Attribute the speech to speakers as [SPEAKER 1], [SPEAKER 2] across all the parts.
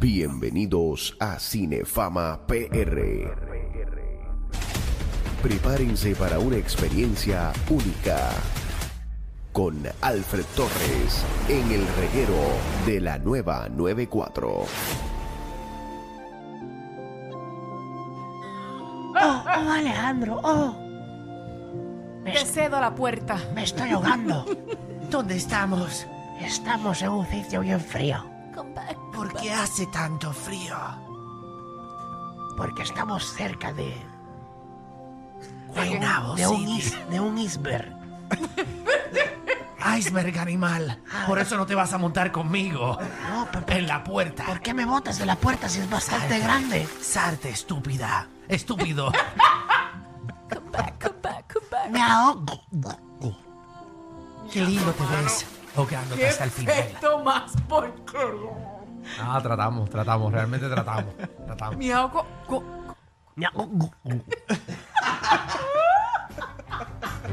[SPEAKER 1] Bienvenidos a Cinefama PR. Prepárense para una experiencia única con Alfred Torres en el reguero de la nueva 94.
[SPEAKER 2] Oh, oh, Alejandro, oh. Me,
[SPEAKER 3] Te cedo la puerta.
[SPEAKER 2] me estoy ahogando. ¿Dónde estamos? Estamos en un sitio bien frío.
[SPEAKER 4] ¿Por qué hace tanto frío?
[SPEAKER 2] Porque estamos cerca de.
[SPEAKER 4] Guaynabo
[SPEAKER 2] de un,
[SPEAKER 4] City.
[SPEAKER 2] is- de un iceberg.
[SPEAKER 4] Iceberg animal. Por eso no te vas a montar conmigo.
[SPEAKER 2] No, pero
[SPEAKER 4] En la puerta.
[SPEAKER 2] ¿por qué me botas de la puerta si es bastante grande?
[SPEAKER 4] Sarte, estúpida. Estúpido.
[SPEAKER 2] Me ahogo.
[SPEAKER 4] Qué lindo te ves. Ahogándote hasta el final.
[SPEAKER 3] Esto más porquería.
[SPEAKER 4] Ah, tratamos, tratamos. Realmente tratamos. Tratamos.
[SPEAKER 3] Mi ahogo. co-
[SPEAKER 2] Me ahogo.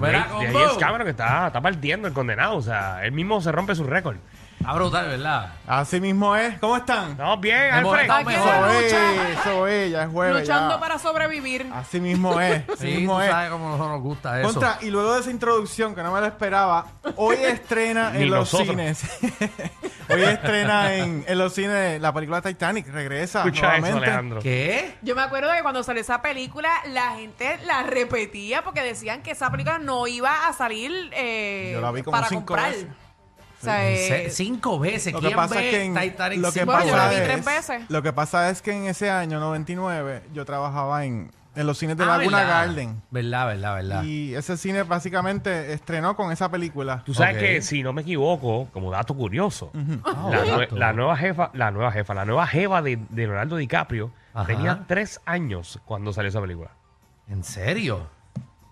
[SPEAKER 4] Mira,
[SPEAKER 5] De James Cameron que está, está partiendo el condenado. O sea, él mismo se rompe su récord.
[SPEAKER 4] Está Ah, brutal, ¿verdad?
[SPEAKER 6] Así mismo es. ¿Cómo están?
[SPEAKER 5] No, bien,
[SPEAKER 4] Me
[SPEAKER 5] Alfred.
[SPEAKER 4] molesta
[SPEAKER 3] Aquí
[SPEAKER 4] mejor.
[SPEAKER 3] la
[SPEAKER 6] Eso
[SPEAKER 3] lucha.
[SPEAKER 6] es, eso es, ya es jueves.
[SPEAKER 3] Luchando
[SPEAKER 6] ya.
[SPEAKER 3] para sobrevivir.
[SPEAKER 6] Así mismo es, así
[SPEAKER 4] Sí,
[SPEAKER 6] mismo
[SPEAKER 4] tú
[SPEAKER 6] es.
[SPEAKER 4] sabes cómo nosotros nos gusta eso.
[SPEAKER 6] Contra, y luego de esa introducción que no me la esperaba, hoy estrena
[SPEAKER 5] Ni
[SPEAKER 6] en los
[SPEAKER 5] nosotros.
[SPEAKER 6] cines. hoy estrena en, en los cines la película Titanic. Regresa
[SPEAKER 5] Escucha eso,
[SPEAKER 6] nuevamente.
[SPEAKER 5] Alejandro.
[SPEAKER 4] ¿Qué?
[SPEAKER 3] Yo me acuerdo que cuando salió esa película, la gente la repetía porque decían que esa película no iba a salir eh,
[SPEAKER 6] Yo la vi como
[SPEAKER 3] para
[SPEAKER 6] cinco
[SPEAKER 3] comprar.
[SPEAKER 6] veces.
[SPEAKER 3] O sea, eh,
[SPEAKER 4] Se- cinco veces.
[SPEAKER 6] Lo
[SPEAKER 4] ¿Quién
[SPEAKER 6] que pasa
[SPEAKER 4] ve
[SPEAKER 6] es que en,
[SPEAKER 4] Titanic
[SPEAKER 6] lo que
[SPEAKER 4] cinco
[SPEAKER 3] Bueno, yo la
[SPEAKER 6] pasa
[SPEAKER 3] vi
[SPEAKER 4] veces?
[SPEAKER 3] tres veces.
[SPEAKER 6] es- lo que pasa es que en ese año 99 yo trabajaba en, en los cines de
[SPEAKER 4] Ah,
[SPEAKER 6] Laguna
[SPEAKER 4] ¿verdad?
[SPEAKER 6] Garden.
[SPEAKER 4] Verdad, verdad, verdad.
[SPEAKER 6] Y ese cine básicamente estrenó con esa película.
[SPEAKER 5] Tú sabes
[SPEAKER 4] Ok.
[SPEAKER 5] que, si no me equivoco, como dato curioso,
[SPEAKER 4] Ah,
[SPEAKER 5] la,
[SPEAKER 4] bueno.
[SPEAKER 5] nue- la nueva jefa, la nueva jefa, la nueva jeva de, de Leonardo DiCaprio
[SPEAKER 4] Ajá.
[SPEAKER 5] tenía tres años cuando salió esa película.
[SPEAKER 4] ¿En serio?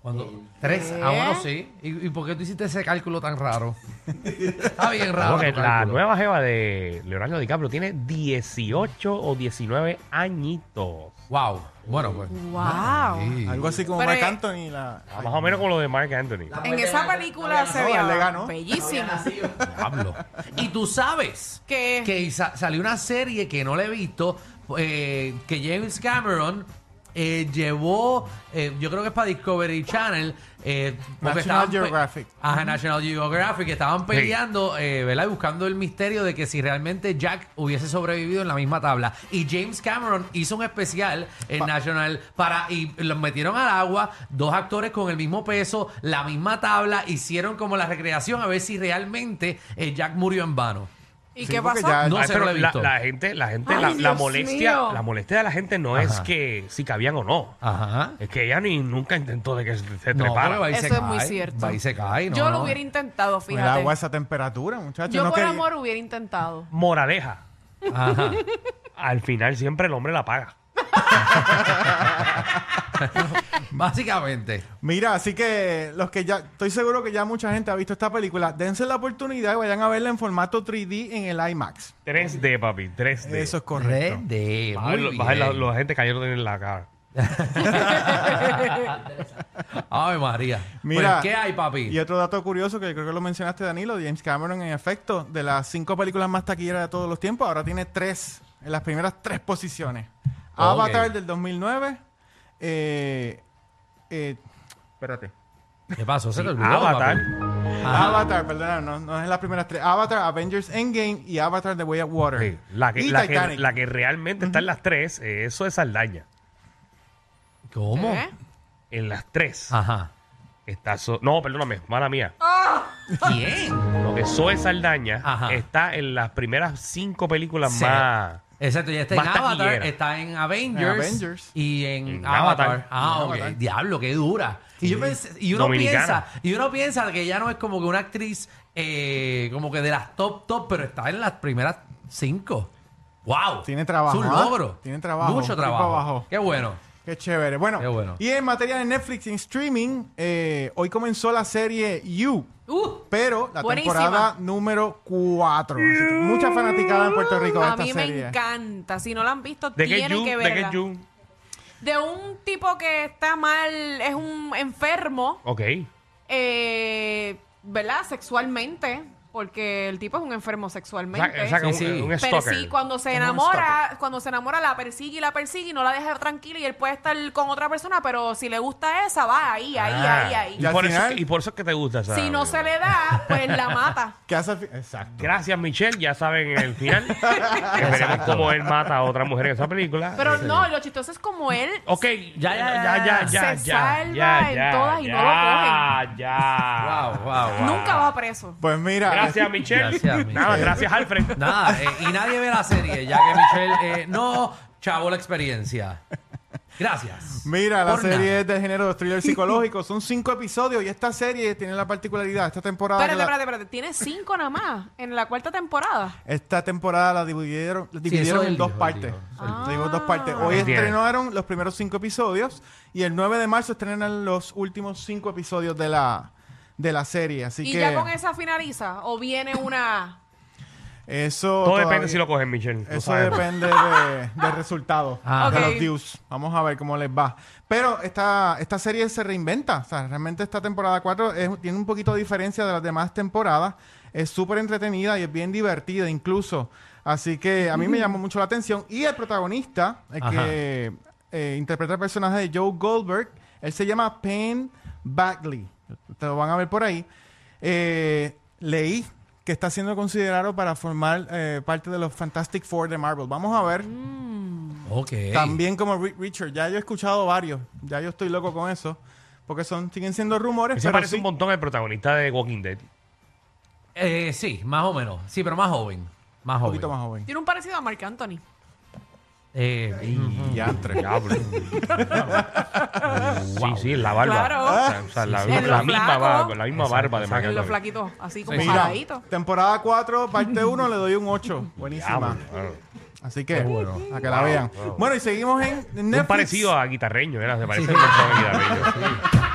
[SPEAKER 4] Cuando, tres, ah, bueno, sí. ¿Y, y por qué tú hiciste ese cálculo tan raro? Está bien raro.
[SPEAKER 5] Como que
[SPEAKER 4] tu
[SPEAKER 5] la
[SPEAKER 4] cálculo.
[SPEAKER 5] nueva jeva de Leonardo DiCaprio tiene 18 o 19 añitos.
[SPEAKER 4] Wow. Bueno, pues.
[SPEAKER 3] Wow.
[SPEAKER 4] sí.
[SPEAKER 6] Algo así como
[SPEAKER 3] Pero,
[SPEAKER 6] Marc
[SPEAKER 3] eh,
[SPEAKER 6] Anthony. La...
[SPEAKER 5] Más o menos como lo de Mark Anthony.
[SPEAKER 3] en esa película se
[SPEAKER 6] ganado,
[SPEAKER 3] veía
[SPEAKER 6] le ganó.
[SPEAKER 3] bellísima.
[SPEAKER 4] Diablo. Y tú sabes
[SPEAKER 3] ¿Qué?
[SPEAKER 4] que sa- salió una serie que no la he visto, eh, que James Cameron eh, llevó, eh, yo creo que es para Discovery Channel, eh, porque
[SPEAKER 6] National
[SPEAKER 4] estaban pe-
[SPEAKER 6] Geographic.
[SPEAKER 4] Ajá, National Geographic, que estaban peleando, eh, ¿verdad? Y buscando el misterio de que si realmente Jack hubiese sobrevivido en la misma tabla. Y James Cameron hizo un especial en National para. Y los metieron al agua, dos actores con el mismo peso, la misma tabla, hicieron como la recreación a ver si realmente eh, Jack murió en vano.
[SPEAKER 3] ¿Y
[SPEAKER 6] Sí,
[SPEAKER 3] qué
[SPEAKER 6] porque
[SPEAKER 3] pasó?
[SPEAKER 6] ya-
[SPEAKER 4] No
[SPEAKER 5] Ay,
[SPEAKER 4] se
[SPEAKER 5] pero
[SPEAKER 4] lo he
[SPEAKER 5] la,
[SPEAKER 4] visto.
[SPEAKER 5] la gente, la gente,
[SPEAKER 3] Ay,
[SPEAKER 5] la, la
[SPEAKER 3] Dios
[SPEAKER 5] molestia,
[SPEAKER 3] mío.
[SPEAKER 5] la molestia de la gente no es que si cabían o no.
[SPEAKER 4] Ajá.
[SPEAKER 5] Es que ella ni nunca intentó de que se, se
[SPEAKER 4] No, porque
[SPEAKER 5] trepara.
[SPEAKER 4] va y se
[SPEAKER 3] Eso es
[SPEAKER 4] cae,
[SPEAKER 3] muy cierto.
[SPEAKER 4] Va y se cae, no,
[SPEAKER 3] Yo lo
[SPEAKER 4] no.
[SPEAKER 3] hubiera intentado,
[SPEAKER 6] Pues El
[SPEAKER 3] fíjate.
[SPEAKER 6] agua a esa temperatura, muchachos.
[SPEAKER 3] Yo
[SPEAKER 6] no
[SPEAKER 3] por
[SPEAKER 6] quería-
[SPEAKER 3] amor hubiera intentado.
[SPEAKER 5] Moraleja.
[SPEAKER 4] Ajá.
[SPEAKER 5] Al final siempre el hombre la paga.
[SPEAKER 4] Básicamente.
[SPEAKER 6] Mira, así que los que ya, estoy seguro que ya mucha gente ha visto esta película, dense la oportunidad y vayan a verla en formato 3D en el IMAX.
[SPEAKER 5] 3D, papi, 3D.
[SPEAKER 6] Eso es correcto.
[SPEAKER 4] Correcto.
[SPEAKER 5] Vas a ver lo- vas a ver la, la gente cayendo en la cara.
[SPEAKER 4] Ay, María.
[SPEAKER 6] Mira,
[SPEAKER 4] Pues, ¿qué hay, papi?
[SPEAKER 6] Y otro dato curioso que creo que lo mencionaste, Danilo, James Cameron, en efecto, de las cinco películas más taquilleras de todos los tiempos, ahora tiene tres, en las primeras tres posiciones. Avatar del 2009, eh, eh, espérate.
[SPEAKER 4] ¿Qué pasó? Se te olvidó,
[SPEAKER 5] Avatar.
[SPEAKER 4] papi.
[SPEAKER 6] Avatar, perdona, no, no es en las primeras tres. Avatar, Avengers Endgame y Avatar The Way of Water.
[SPEAKER 5] Sí, La, que,
[SPEAKER 6] y
[SPEAKER 5] la, que,
[SPEAKER 6] Titanic.
[SPEAKER 5] la que realmente está en las tres, eh, eso es Saldaña.
[SPEAKER 4] ¿Cómo?
[SPEAKER 3] ¿Eh?
[SPEAKER 5] En las tres
[SPEAKER 6] Ah.
[SPEAKER 4] Ajá.
[SPEAKER 5] está... So- no, perdóname, mala mía.
[SPEAKER 4] ¿Quién?
[SPEAKER 5] Lo que Zoe Saldaña
[SPEAKER 4] Ajá.
[SPEAKER 5] está en las primeras cinco películas
[SPEAKER 4] Sí.
[SPEAKER 5] más...
[SPEAKER 4] Exacto, ya está en
[SPEAKER 5] Más
[SPEAKER 4] Avatar,
[SPEAKER 5] taquillera.
[SPEAKER 4] está en Avengers,
[SPEAKER 6] En Avengers.
[SPEAKER 4] y en,
[SPEAKER 5] En
[SPEAKER 4] Avatar.
[SPEAKER 5] Avatar.
[SPEAKER 4] Ah,
[SPEAKER 6] En
[SPEAKER 4] ok.
[SPEAKER 6] Avatar.
[SPEAKER 4] Diablo, qué dura. Y, yo pensé- y uno
[SPEAKER 5] Dominicana.
[SPEAKER 4] piensa, y uno piensa que ya no es como que una actriz eh, como que de las top top, pero está en las primeras cinco. ¡Wow!
[SPEAKER 6] Tiene trabajo,
[SPEAKER 4] Es un
[SPEAKER 6] ¿ah?
[SPEAKER 4] logro.
[SPEAKER 6] Tiene trabajo,
[SPEAKER 4] Mucho
[SPEAKER 6] un tipo
[SPEAKER 4] trabajo.
[SPEAKER 6] abajo.
[SPEAKER 4] Qué bueno.
[SPEAKER 6] Qué chévere. Bueno,
[SPEAKER 4] Qué bueno.
[SPEAKER 6] y en materia de Netflix en streaming, eh, hoy comenzó la serie You,
[SPEAKER 3] Uh,
[SPEAKER 6] pero la
[SPEAKER 3] Buenísima.
[SPEAKER 6] temporada número 4. Mucha fanaticada en Puerto Rico de
[SPEAKER 3] a
[SPEAKER 6] esta
[SPEAKER 3] mí
[SPEAKER 6] serie.
[SPEAKER 3] me encanta. Si no la han visto,
[SPEAKER 5] ¿De qué
[SPEAKER 3] tienen
[SPEAKER 5] Jun?
[SPEAKER 3] que
[SPEAKER 5] ¿De qué
[SPEAKER 3] verla. De,
[SPEAKER 5] Jun?
[SPEAKER 3] un tipo que está mal, es un enfermo,
[SPEAKER 5] Ok.
[SPEAKER 3] eh, ¿verdad? Sexualmente, porque el tipo es un enfermo
[SPEAKER 5] O sea,
[SPEAKER 3] sexualmente.
[SPEAKER 5] o sea, que
[SPEAKER 4] Sí,
[SPEAKER 5] un,
[SPEAKER 4] sí.
[SPEAKER 5] un
[SPEAKER 4] Pero
[SPEAKER 3] Pero
[SPEAKER 5] stalker.
[SPEAKER 3] sí, cuando se
[SPEAKER 6] Es un
[SPEAKER 3] enamora, cuando se enamora la persigue y la persigue y no la deja tranquila y él puede estar con otra persona, pero si le gusta esa, va ahí, ahí,
[SPEAKER 5] Ah,
[SPEAKER 3] ahí, ahí.
[SPEAKER 5] Y,
[SPEAKER 6] Y al
[SPEAKER 5] por eso, es
[SPEAKER 6] final-
[SPEAKER 5] que- y por eso es que te gusta esa-
[SPEAKER 3] Si no se le da, pues la mata.
[SPEAKER 6] ¿Qué hace? al fi- Exacto.
[SPEAKER 5] Gracias, Michelle. Ya saben el final. Que veremos cómo él mata a otra mujer en esa película.
[SPEAKER 3] Pero no, lo chistoso es como él
[SPEAKER 5] Ok, ya, ya, ya, ya, ya.
[SPEAKER 3] Se
[SPEAKER 5] ya,
[SPEAKER 3] salva
[SPEAKER 5] ya,
[SPEAKER 3] en
[SPEAKER 5] ya,
[SPEAKER 3] todas y no lo
[SPEAKER 5] ya,
[SPEAKER 4] Wow,
[SPEAKER 5] Ya,
[SPEAKER 4] wow, wow.
[SPEAKER 3] nunca va preso.
[SPEAKER 6] Pues mira,
[SPEAKER 5] Gracias, Michelle.
[SPEAKER 4] Gracias, Michelle.
[SPEAKER 5] Nada, gracias, Alfred.
[SPEAKER 4] Nada, eh, y nadie ve la serie, ya que Michelle, eh, no, chavo la experiencia. Gracias.
[SPEAKER 6] Mira, la
[SPEAKER 4] Por
[SPEAKER 6] serie
[SPEAKER 4] nada.
[SPEAKER 6] es del género de thriller psicológico. Son cinco episodios y esta serie tiene la particularidad. Esta temporada.
[SPEAKER 3] Espérate,
[SPEAKER 6] que la-
[SPEAKER 3] espérate, espérate. Tiene cinco nada más en la cuarta temporada.
[SPEAKER 6] Esta temporada la dividieron, la dividieron
[SPEAKER 4] eso
[SPEAKER 6] en
[SPEAKER 4] él
[SPEAKER 6] dos
[SPEAKER 4] dijo, él
[SPEAKER 6] partes.
[SPEAKER 4] dijo, Ah. eso
[SPEAKER 6] La dividieron en dos partes. Hoy
[SPEAKER 5] Entiendo.
[SPEAKER 6] estrenaron los primeros cinco episodios y el 9 de marzo estrenan los últimos cinco episodios de la, de la serie. Así
[SPEAKER 3] ¿Y
[SPEAKER 6] que
[SPEAKER 3] ya con esa finaliza? ¿O viene una...?
[SPEAKER 6] eso.
[SPEAKER 5] Todo
[SPEAKER 6] todavía-
[SPEAKER 5] depende si lo cogen, Michelle. Lo
[SPEAKER 6] Eso
[SPEAKER 5] sabemos.
[SPEAKER 6] depende de, del resultado
[SPEAKER 4] Ah.
[SPEAKER 6] de
[SPEAKER 3] Ok.
[SPEAKER 6] los views. Vamos a ver cómo les va. Pero esta, esta serie se reinventa. O sea, realmente esta temporada 4 es- tiene un poquito de diferencia de las demás temporadas. Es súper entretenida y es bien divertida incluso. Así que a mí me llamó mucho la atención. Y el protagonista, el
[SPEAKER 4] Ajá.
[SPEAKER 6] que eh, interpreta el personaje de Joe Goldberg, él se llama Penn Bagley. Te lo van a ver por ahí. Eh, leí que está siendo considerado para formar eh, parte de los Fantastic Four de Marvel. Vamos a ver.
[SPEAKER 4] Ok.
[SPEAKER 6] También como Reed Richard. Ya yo he escuchado varios. Ya yo estoy loco con eso. Porque son, siguen siendo rumores.
[SPEAKER 5] Se
[SPEAKER 6] pero
[SPEAKER 5] parece
[SPEAKER 6] sí.
[SPEAKER 5] un montón al protagonista de Walking Dead.
[SPEAKER 4] Eh, sí, más o menos. Sí, pero más joven. Más
[SPEAKER 6] Un
[SPEAKER 4] joven.
[SPEAKER 6] poquito más joven.
[SPEAKER 3] Tiene un parecido a Marc Anthony.
[SPEAKER 4] Eh,
[SPEAKER 6] Ya entre.
[SPEAKER 5] Diablo. Sí, sí, la barba.
[SPEAKER 3] Claro.
[SPEAKER 5] O sea, o sea, la,
[SPEAKER 3] Sí, sí. En
[SPEAKER 5] la
[SPEAKER 3] lo
[SPEAKER 5] misma
[SPEAKER 3] flaco.
[SPEAKER 5] barba, la misma
[SPEAKER 4] Exacto,
[SPEAKER 5] barba de
[SPEAKER 4] exacto.
[SPEAKER 5] Michael
[SPEAKER 3] En los
[SPEAKER 5] Jordan.
[SPEAKER 3] flaquitos, así como
[SPEAKER 4] Sí.
[SPEAKER 6] Mira,
[SPEAKER 3] jaladito.
[SPEAKER 6] temporada 4, parte 1, le doy un 8. Buenísima.
[SPEAKER 5] Diablo, claro.
[SPEAKER 6] Así que,
[SPEAKER 4] bueno.
[SPEAKER 6] a que la vean. Bueno, y seguimos en Netflix.
[SPEAKER 5] Un parecido a guitarreño, ¿eh? era, se parece
[SPEAKER 4] Sí.
[SPEAKER 5] un montón a guitarreño.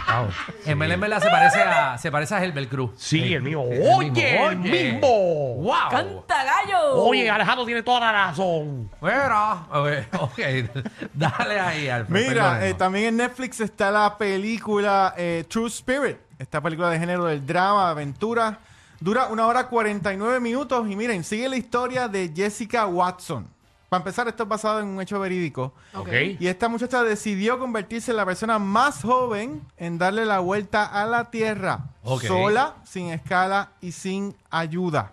[SPEAKER 4] Wow. En verdad, en verdad, se parece a, se parece a Herbert Cruz.
[SPEAKER 5] Sí, el mío.
[SPEAKER 4] el
[SPEAKER 5] Oye,
[SPEAKER 4] mismo,
[SPEAKER 5] el
[SPEAKER 4] oye.
[SPEAKER 5] mismo.
[SPEAKER 4] Ah, ¡Wow!
[SPEAKER 3] ¡Canta gallo!
[SPEAKER 5] Oye, Alejandro tiene toda la razón.
[SPEAKER 4] Mira, a ver, eh, ok, dale ahí, Alfred.
[SPEAKER 6] Mira,
[SPEAKER 4] perdónanos.
[SPEAKER 6] eh, también en Netflix está la película eh, True Spirit. Esta película de género del drama, aventura. Dura una hora 49 minutos y miren, sigue la historia de Jessica Watson. Para empezar, esto es basado en un hecho verídico.
[SPEAKER 3] Ok.
[SPEAKER 5] Ok.
[SPEAKER 6] Y esta muchacha decidió convertirse en la persona más joven en darle la vuelta a la Tierra.
[SPEAKER 4] Ok.
[SPEAKER 6] Sola, sin escala y sin ayuda.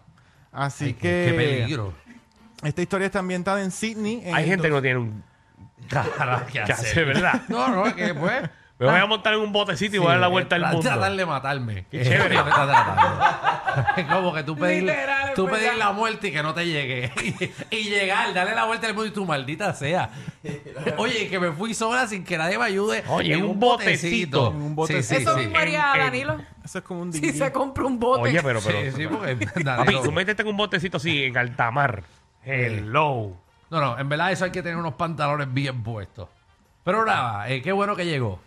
[SPEAKER 6] Así
[SPEAKER 4] Ay,
[SPEAKER 6] que...
[SPEAKER 4] qué, qué peligro.
[SPEAKER 6] Esta historia está ambientada en Sydney. en
[SPEAKER 5] Hay
[SPEAKER 6] el
[SPEAKER 5] gente que no tiene un
[SPEAKER 4] Cara, ¿qué
[SPEAKER 5] que hacer, ¿verdad?
[SPEAKER 4] No, no, que pues.
[SPEAKER 5] Me voy a montar en un botecito y voy a dar la vuelta al
[SPEAKER 4] tra- Tratar
[SPEAKER 5] mundo.
[SPEAKER 4] de matarme. Eh,
[SPEAKER 5] Qué chévere.
[SPEAKER 4] Es lo que está tratando. Es como que tú pedir,
[SPEAKER 3] Literal, es
[SPEAKER 4] tú
[SPEAKER 3] verdad.
[SPEAKER 4] pedir la muerte y que no te llegue. Y, y llegar, darle la vuelta al mundo y tu maldita sea. Oye, que me fui sola sin que nadie me ayude.
[SPEAKER 5] Oye, en un botecito.
[SPEAKER 6] En un botecito.
[SPEAKER 4] Sí, sí,
[SPEAKER 3] Eso
[SPEAKER 4] sí.
[SPEAKER 3] mismo haría
[SPEAKER 5] En- en-
[SPEAKER 3] Danilo.
[SPEAKER 6] Eso es como un
[SPEAKER 3] Si
[SPEAKER 6] dinghy.
[SPEAKER 3] se compra un bote.
[SPEAKER 5] Oye, pero, pero.
[SPEAKER 4] Sí, sí, porque
[SPEAKER 5] Papi,
[SPEAKER 4] Danilo-
[SPEAKER 5] tú métete en un botecito así, en altamar. Hello.
[SPEAKER 4] No, no, en verdad eso hay que tener unos pantalones bien puestos. Pero nada, eh, qué bueno que llegó.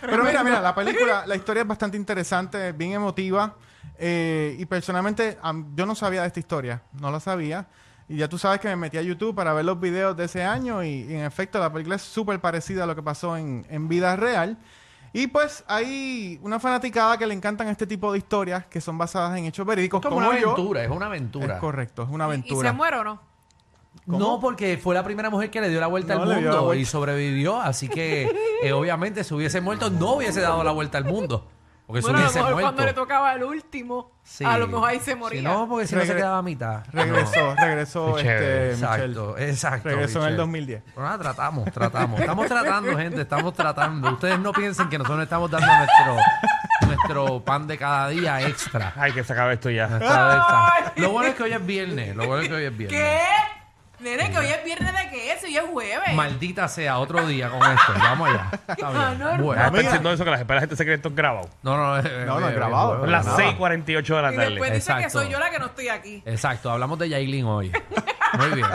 [SPEAKER 6] Pero mira, mira, la película, la historia es bastante interesante, es bien emotiva. eh, y personalmente, am- yo no sabía de esta historia, no la sabía. Y ya tú sabes que me metí a YouTube para ver los videos de ese año y, y en efecto la película es súper parecida a lo que pasó en, en vida real. Y pues hay una fanaticada que le encantan este tipo de historias que son basadas en hechos verídicos
[SPEAKER 4] Es como
[SPEAKER 6] como
[SPEAKER 4] una
[SPEAKER 6] yo.
[SPEAKER 4] aventura, es una aventura.
[SPEAKER 6] Es correcto, es una
[SPEAKER 3] ¿Y se
[SPEAKER 6] aventura.
[SPEAKER 3] muere o no?
[SPEAKER 4] No, porque fue la primera mujer que le dio la vuelta
[SPEAKER 6] No,
[SPEAKER 4] al
[SPEAKER 6] le dio la
[SPEAKER 4] mundo
[SPEAKER 6] vuelta.
[SPEAKER 4] y sobrevivió, así que eh, obviamente si hubiese muerto no hubiese dado la vuelta al mundo, porque
[SPEAKER 3] Bueno, a
[SPEAKER 4] si
[SPEAKER 3] lo
[SPEAKER 4] hubiese
[SPEAKER 3] mejor
[SPEAKER 4] muerto.
[SPEAKER 3] cuando le tocaba el último,
[SPEAKER 4] Sí.
[SPEAKER 3] a lo mejor ahí se
[SPEAKER 4] Sí,
[SPEAKER 3] moría.
[SPEAKER 4] no, porque si no se
[SPEAKER 6] Regre-
[SPEAKER 4] quedaba a mitad. No.
[SPEAKER 6] Regresó, regresó
[SPEAKER 5] Qué chévere,
[SPEAKER 6] este, Michelle.
[SPEAKER 4] Exacto, exacto.
[SPEAKER 6] Regresó en el
[SPEAKER 4] Michelle.
[SPEAKER 6] 2010.
[SPEAKER 4] Pero nada, tratamos, tratamos. Estamos tratando, gente, estamos tratando. Ustedes no piensen que nosotros le estamos dando nuestro, nuestro pan de cada día extra.
[SPEAKER 5] Ay, que se acabe esto ya.
[SPEAKER 4] Nuestra extra.
[SPEAKER 3] Ay.
[SPEAKER 4] Lo bueno es que hoy es viernes. Lo bueno es que hoy es viernes.
[SPEAKER 3] ¿Qué? Nene, que hoy es viernes de qué? eso y es jueves.
[SPEAKER 4] Maldita sea, otro día con esto. Vamos allá. Está bien.
[SPEAKER 3] Anormal.
[SPEAKER 4] Bueno.
[SPEAKER 5] Ah, están
[SPEAKER 6] Amiga.
[SPEAKER 5] diciendo eso que la, para la gente se cree que esto es grabado.
[SPEAKER 4] No, no, eh,
[SPEAKER 6] No, no,
[SPEAKER 4] eh, eh,
[SPEAKER 6] grabado, no,
[SPEAKER 5] Son
[SPEAKER 4] eh,
[SPEAKER 5] las
[SPEAKER 6] nada.
[SPEAKER 5] 6.48 de la
[SPEAKER 3] y
[SPEAKER 5] tarde.
[SPEAKER 3] después dicen que
[SPEAKER 4] Exacto.
[SPEAKER 3] soy yo la que no estoy aquí.
[SPEAKER 4] Exacto, hablamos de Yailin hoy. Muy bien.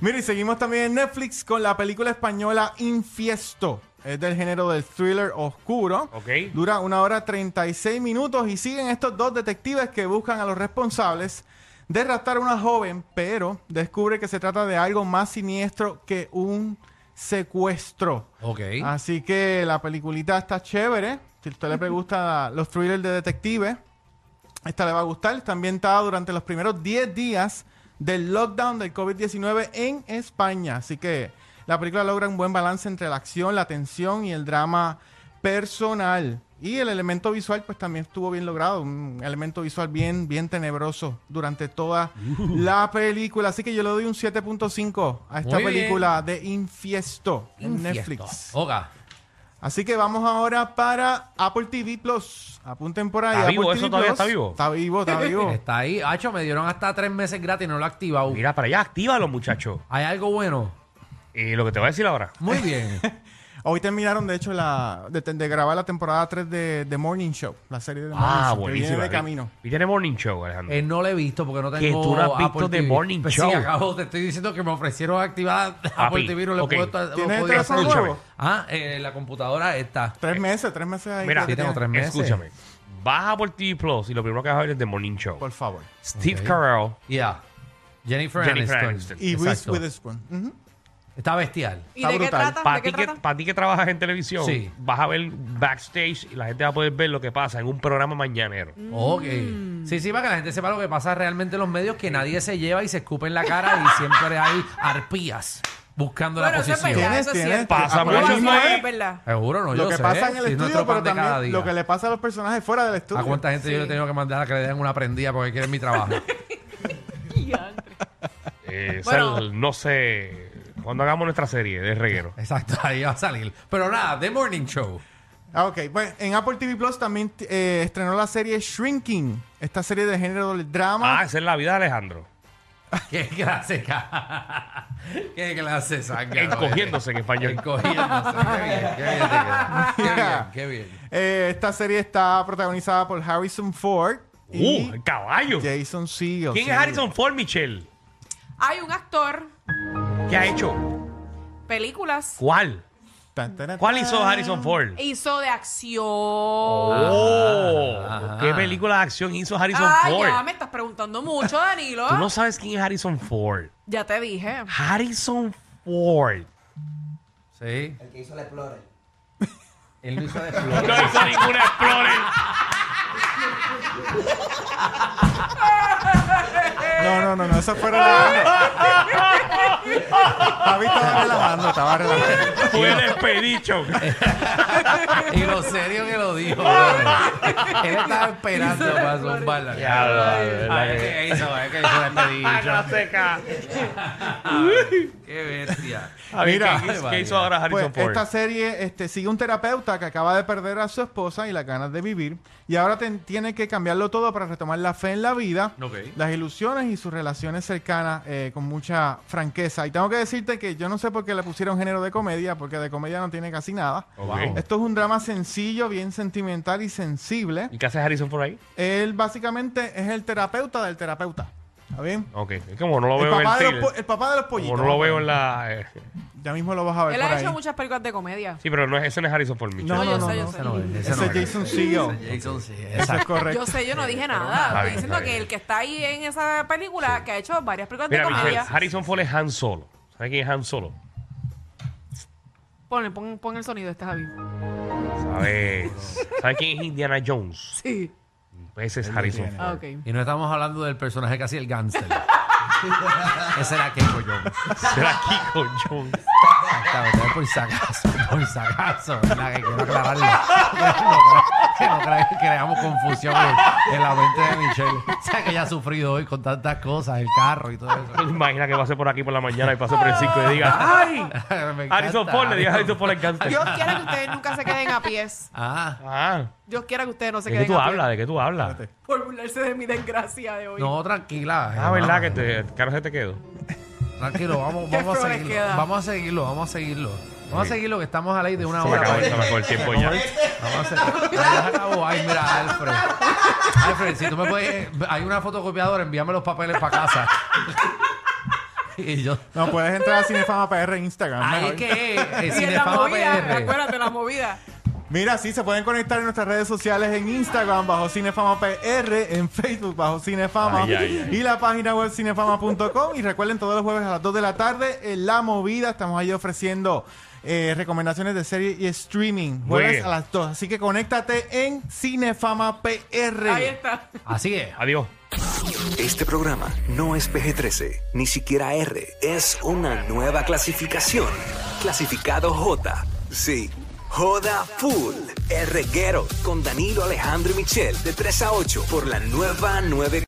[SPEAKER 6] Mira, y seguimos también en Netflix con la película española Infiesto. Es del género del thriller oscuro.
[SPEAKER 5] Ok.
[SPEAKER 6] Dura una hora 36 minutos y siguen estos dos detectives que buscan a los responsables de raptar a una joven, pero descubre que se trata de algo más siniestro que un secuestro.
[SPEAKER 4] Ok.
[SPEAKER 5] Ah,
[SPEAKER 6] Así que la peliculita está chévere. Si a usted le gusta los thrillers de detectives, esta le va a gustar. Está ambientada durante los primeros 10 días del lockdown del COVID-19 en España. Así que la película logra un buen balance entre la acción, la tensión y el drama personal. Y el elemento visual, pues también estuvo bien logrado. Un elemento visual bien, bien tenebroso durante toda
[SPEAKER 4] Uh.
[SPEAKER 6] la película. Así que yo le doy un 7.5 a esta
[SPEAKER 4] Muy bien.
[SPEAKER 6] película de Infiesto en Netflix.
[SPEAKER 4] Infiesto. Oga.
[SPEAKER 6] Así que vamos ahora para Apple TV Plus. Apunten por ahí.
[SPEAKER 5] ¿Está
[SPEAKER 6] Apple
[SPEAKER 5] vivo?
[SPEAKER 6] TV
[SPEAKER 5] ¿Eso todavía está vivo?
[SPEAKER 6] Está vivo, está vivo.
[SPEAKER 4] Está ahí. Hacho, me dieron hasta tres meses gratis, no lo he activado.
[SPEAKER 5] Mira para allá, actívalo, muchachos.
[SPEAKER 4] Hay algo bueno.
[SPEAKER 5] Y lo que te voy a decir ahora.
[SPEAKER 4] Muy bien.
[SPEAKER 6] Hoy terminaron, de hecho, la, de, de grabar la temporada 3 de The Morning Show, la serie de The Morning
[SPEAKER 5] Ah,
[SPEAKER 6] Show. que viene
[SPEAKER 5] buenísimo.
[SPEAKER 6] de camino.
[SPEAKER 5] Y tiene Morning Show, Alejandro.
[SPEAKER 4] Eh, no lo he visto porque no tengo.
[SPEAKER 5] Que tú no has visto
[SPEAKER 4] Apple
[SPEAKER 5] The
[SPEAKER 4] TV.
[SPEAKER 5] Morning
[SPEAKER 4] Pues
[SPEAKER 5] Show.
[SPEAKER 4] Sí, acabo, te estoy diciendo que me ofrecieron activar Apple TV, no le
[SPEAKER 5] ok.
[SPEAKER 4] puedo. no
[SPEAKER 6] ¿Tienes el
[SPEAKER 4] podía
[SPEAKER 6] teléfono
[SPEAKER 4] hacerlo.
[SPEAKER 6] nuevo?
[SPEAKER 4] Ah, eh, la computadora está.
[SPEAKER 6] Tres meses, tres meses ahí.
[SPEAKER 5] Mira,
[SPEAKER 6] creo que
[SPEAKER 4] sí, tengo
[SPEAKER 6] tiene.
[SPEAKER 4] tres meses.
[SPEAKER 5] Escúchame. Baja por TV Plus y lo primero que vas a ver es The Morning Show.
[SPEAKER 6] Por favor.
[SPEAKER 5] Steve Carell.
[SPEAKER 4] Yeah. Jennifer,
[SPEAKER 5] Jennifer
[SPEAKER 4] Aniston.
[SPEAKER 5] Aniston.
[SPEAKER 6] Y Reese
[SPEAKER 4] Exacto.
[SPEAKER 6] Witherspoon. Ujú.
[SPEAKER 4] Está bestial.
[SPEAKER 3] ¿Y
[SPEAKER 6] Está
[SPEAKER 3] de qué
[SPEAKER 6] brutal.
[SPEAKER 3] trata?
[SPEAKER 5] Para
[SPEAKER 3] ¿De qué
[SPEAKER 5] ti, que,
[SPEAKER 3] trata?
[SPEAKER 5] pa' ti que trabajas en televisión,
[SPEAKER 4] Sí.
[SPEAKER 5] vas a ver backstage y la gente va a poder ver lo que pasa en un programa mañanero.
[SPEAKER 4] Ok.
[SPEAKER 6] Mm.
[SPEAKER 4] Sí, sí, para que la gente sepa lo que pasa realmente en los medios, que nadie se lleva y se escupe en la cara y siempre hay arpías buscando
[SPEAKER 3] Bueno,
[SPEAKER 4] la
[SPEAKER 3] eso es
[SPEAKER 4] posición.
[SPEAKER 3] verdad, eso es
[SPEAKER 6] Tienes,
[SPEAKER 3] cierto.
[SPEAKER 5] tienes. Pasa
[SPEAKER 3] Apple
[SPEAKER 5] mucho,
[SPEAKER 3] TV,
[SPEAKER 5] ¿no?
[SPEAKER 3] es verdad.
[SPEAKER 4] Seguro, no, yo
[SPEAKER 6] lo que
[SPEAKER 4] sé.
[SPEAKER 6] pasa en el
[SPEAKER 4] Si es nuestro
[SPEAKER 6] estudio, pero
[SPEAKER 4] pan de cada
[SPEAKER 6] también
[SPEAKER 4] día.
[SPEAKER 6] lo que le pasa a los personajes fuera del estudio.
[SPEAKER 4] ¿A cuánta gente yo le he tenido que mandar a que le den una prendida porque quieren mi trabajo?
[SPEAKER 5] Eh,
[SPEAKER 3] Bueno.
[SPEAKER 5] Sal, no sé, cuando hagamos nuestra serie de reguero.
[SPEAKER 4] Exacto, ahí va a salir. Pero nada, The Morning Show.
[SPEAKER 6] Ah, ok. Bueno, en Apple TV Plus también t- eh, estrenó la serie Shrinking. Esta serie de género del drama.
[SPEAKER 5] Ah, esa es la vida de Alejandro.
[SPEAKER 4] Qué clase, ca- qué clase sangre.
[SPEAKER 5] Encogiéndose en español.
[SPEAKER 4] Encogiéndose. Qué bien, qué bien, te quedó. qué bien, qué bien.
[SPEAKER 6] Eh, esta serie está protagonizada por Harrison Ford y
[SPEAKER 5] ¡Uh, el caballo!
[SPEAKER 6] Jason Segel.
[SPEAKER 5] ¿Quién
[SPEAKER 6] sí.
[SPEAKER 5] es Harrison Ford, Michelle?
[SPEAKER 3] Hay un actor,
[SPEAKER 5] ¿Qué ha hecho?
[SPEAKER 3] películas, e
[SPEAKER 5] ¿Cuál?
[SPEAKER 6] Tan, tan, tan.
[SPEAKER 5] ¿Cuál hizo Harrison Ford?
[SPEAKER 3] hizo de acción.
[SPEAKER 5] ¡Oh!
[SPEAKER 4] Ajá.
[SPEAKER 5] ¿Qué película de acción hizo Harrison
[SPEAKER 3] Ay,
[SPEAKER 5] Ford?
[SPEAKER 3] ya me estás preguntando mucho, Danilo.
[SPEAKER 5] Tú no sabes quién es Harrison Ford.
[SPEAKER 3] Ya te dije.
[SPEAKER 5] Harrison Ford.
[SPEAKER 4] Sí.
[SPEAKER 7] El que hizo la Explorer.
[SPEAKER 4] Él no hizo de
[SPEAKER 5] No hizo ninguna Explorer.
[SPEAKER 6] No, no, no, no, esa fue relajando. Javi estaba relajando, estaba relajando.
[SPEAKER 5] Fue el expedition.
[SPEAKER 4] Y lo serio que lo dijo. bro. Él estaba esperando para zumbarla.
[SPEAKER 5] Ya, la
[SPEAKER 4] Ah,
[SPEAKER 5] verdad
[SPEAKER 4] es
[SPEAKER 5] que-
[SPEAKER 4] que hizo, es que hizo la
[SPEAKER 5] Ah, no
[SPEAKER 4] expedición.
[SPEAKER 5] se ca-
[SPEAKER 4] Qué bestia.
[SPEAKER 5] A ver,
[SPEAKER 6] Mira,
[SPEAKER 5] ¿qué- ¿qué,
[SPEAKER 4] María.
[SPEAKER 5] hizo ahora
[SPEAKER 6] Pues
[SPEAKER 5] Harrison Ford?
[SPEAKER 6] esta serie este, sigue un terapeuta que acaba de perder a su esposa y las ganas de vivir. Y ahora ten- tiene que cambiarlo todo para retomar la fe en la vida,
[SPEAKER 4] Ok.
[SPEAKER 6] las ilusiones y sus relaciones cercanas eh, con mucha franqueza. Y tengo que decirte que yo no sé por qué le pusieron género de comedia, porque de comedia no tiene casi nada.
[SPEAKER 5] Ok.
[SPEAKER 4] Wow.
[SPEAKER 6] Esto es un drama sencillo, bien sentimental y sensible.
[SPEAKER 5] ¿Y qué hace Harrison Ford ahí?
[SPEAKER 6] Él básicamente es el terapeuta del terapeuta. ¿Está bien?
[SPEAKER 5] Ok. Es que como no lo
[SPEAKER 6] El
[SPEAKER 5] veo en el
[SPEAKER 6] papá, de los,
[SPEAKER 5] trailer,
[SPEAKER 6] po- el papá de los
[SPEAKER 5] Como
[SPEAKER 6] pollitos.
[SPEAKER 5] no lo veo en la... eh,
[SPEAKER 6] Ya mismo lo vas a ver
[SPEAKER 3] Él
[SPEAKER 6] por
[SPEAKER 3] ha
[SPEAKER 6] ahí.
[SPEAKER 3] hecho muchas películas de comedia.
[SPEAKER 5] Sí, pero no es, ese no es Harrison Ford, Michelle.
[SPEAKER 6] No,
[SPEAKER 3] No,
[SPEAKER 6] no,
[SPEAKER 3] yo
[SPEAKER 6] no.
[SPEAKER 3] sé, yo
[SPEAKER 6] no.
[SPEAKER 3] sé.
[SPEAKER 4] Ese no es, ese
[SPEAKER 6] Ese
[SPEAKER 4] no
[SPEAKER 6] es
[SPEAKER 4] es.
[SPEAKER 6] Jason Segel.
[SPEAKER 4] Ese Jason Segel.
[SPEAKER 6] Eso es
[SPEAKER 4] Exacto.
[SPEAKER 6] correcto.
[SPEAKER 3] Yo sé, yo no dije
[SPEAKER 5] Está
[SPEAKER 3] nada. Estoy
[SPEAKER 5] bien,
[SPEAKER 3] diciendo
[SPEAKER 5] está
[SPEAKER 3] que
[SPEAKER 5] bien.
[SPEAKER 3] el que está ahí en esa película, que ha hecho varias películas
[SPEAKER 5] Mira,
[SPEAKER 3] de
[SPEAKER 5] Michelle,
[SPEAKER 3] comedia.
[SPEAKER 5] Harrison Ford es Han Solo. ¿Sabes quién es Han Solo?
[SPEAKER 3] Ponle, pon, pon el sonido este Javi.
[SPEAKER 5] ¿Sabes? ¿Sabes quién es Indiana Jones?
[SPEAKER 3] Sí.
[SPEAKER 5] Ese es Harrison Ford.
[SPEAKER 3] Ah, ok.
[SPEAKER 4] Y no estamos hablando del personaje casi el gánster. Ese era Keiko Jones.
[SPEAKER 5] Será Kiko Jones.
[SPEAKER 4] Exactamente, por si acaso, por si acaso, ¿verdad? Que quiero aclararlo. No creo- Que no, cre- creamos confusión en, en la mente de Michelle. O sea, que ella ha sufrido hoy con tantas cosas, el carro y todo eso.
[SPEAKER 5] Imagina que pase por aquí por la mañana y pase por el 5 y diga, ¡ay!
[SPEAKER 4] Me encanta.
[SPEAKER 5] Harrison Ford, le diga a Harrison Ford el cáncer.
[SPEAKER 3] Dios quiera que ustedes nunca se queden a pies.
[SPEAKER 4] Ah,
[SPEAKER 5] Ah,
[SPEAKER 3] Dios quiera que ustedes no se
[SPEAKER 5] ¿de qué
[SPEAKER 3] queden
[SPEAKER 5] tú
[SPEAKER 3] a
[SPEAKER 5] hablas? ¿De qué tú hablas?
[SPEAKER 6] Espérate.
[SPEAKER 3] pies. Por burlarse de mi desgracia de hoy.
[SPEAKER 4] Ah, no, tranquila.
[SPEAKER 5] Ah, ¿verdad? Que te, el carro se te quedó.
[SPEAKER 4] tranquilo, vamos,
[SPEAKER 3] Qué
[SPEAKER 4] vamos a
[SPEAKER 3] flores
[SPEAKER 4] seguirlo.
[SPEAKER 3] queda.
[SPEAKER 4] Vamos a seguirlo, vamos a seguirlo. Vamos
[SPEAKER 5] Sí.
[SPEAKER 4] a seguirlo que estamos a la ley de una
[SPEAKER 5] Se me
[SPEAKER 4] hora.
[SPEAKER 5] acabó,
[SPEAKER 4] hoy.
[SPEAKER 5] se me acabó el tiempo ya.
[SPEAKER 4] Vamos a hacer. Ya acabó. Ay, mira, Alfred. Alfred, si tú me puedes. eh, Hay una fotocopiadora, envíame los papeles para casa. y yo.
[SPEAKER 6] No, puedes entrar a Cinefama PR en Instagram.
[SPEAKER 4] Ahí
[SPEAKER 6] mejor.
[SPEAKER 4] es que
[SPEAKER 3] Y
[SPEAKER 4] es, es
[SPEAKER 3] en la
[SPEAKER 4] Cinefama
[SPEAKER 3] movida,
[SPEAKER 4] PR.
[SPEAKER 3] acuérdate, la movida.
[SPEAKER 6] Mira, sí, se pueden conectar en nuestras redes sociales en Instagram bajo Cinefama PR, en Facebook bajo Cinefama
[SPEAKER 5] Ay, ay, ay.
[SPEAKER 6] y la página web cinefama.com. Y recuerden todos los jueves a las 2 de la tarde en La Movida estamos ahí ofreciendo eh, recomendaciones de serie y streaming jueves
[SPEAKER 5] bien.
[SPEAKER 6] a las 2. Así que conéctate en Cinefama PR.
[SPEAKER 3] Ahí está.
[SPEAKER 4] Así es.
[SPEAKER 5] Adiós.
[SPEAKER 7] Este programa no es PG-13, ni siquiera R. Es una nueva clasificación. Clasificado J. Sí. Joda Full. R. Guerrero con Danilo Alejandro y Michel de 3 a 8 por la nueva 9.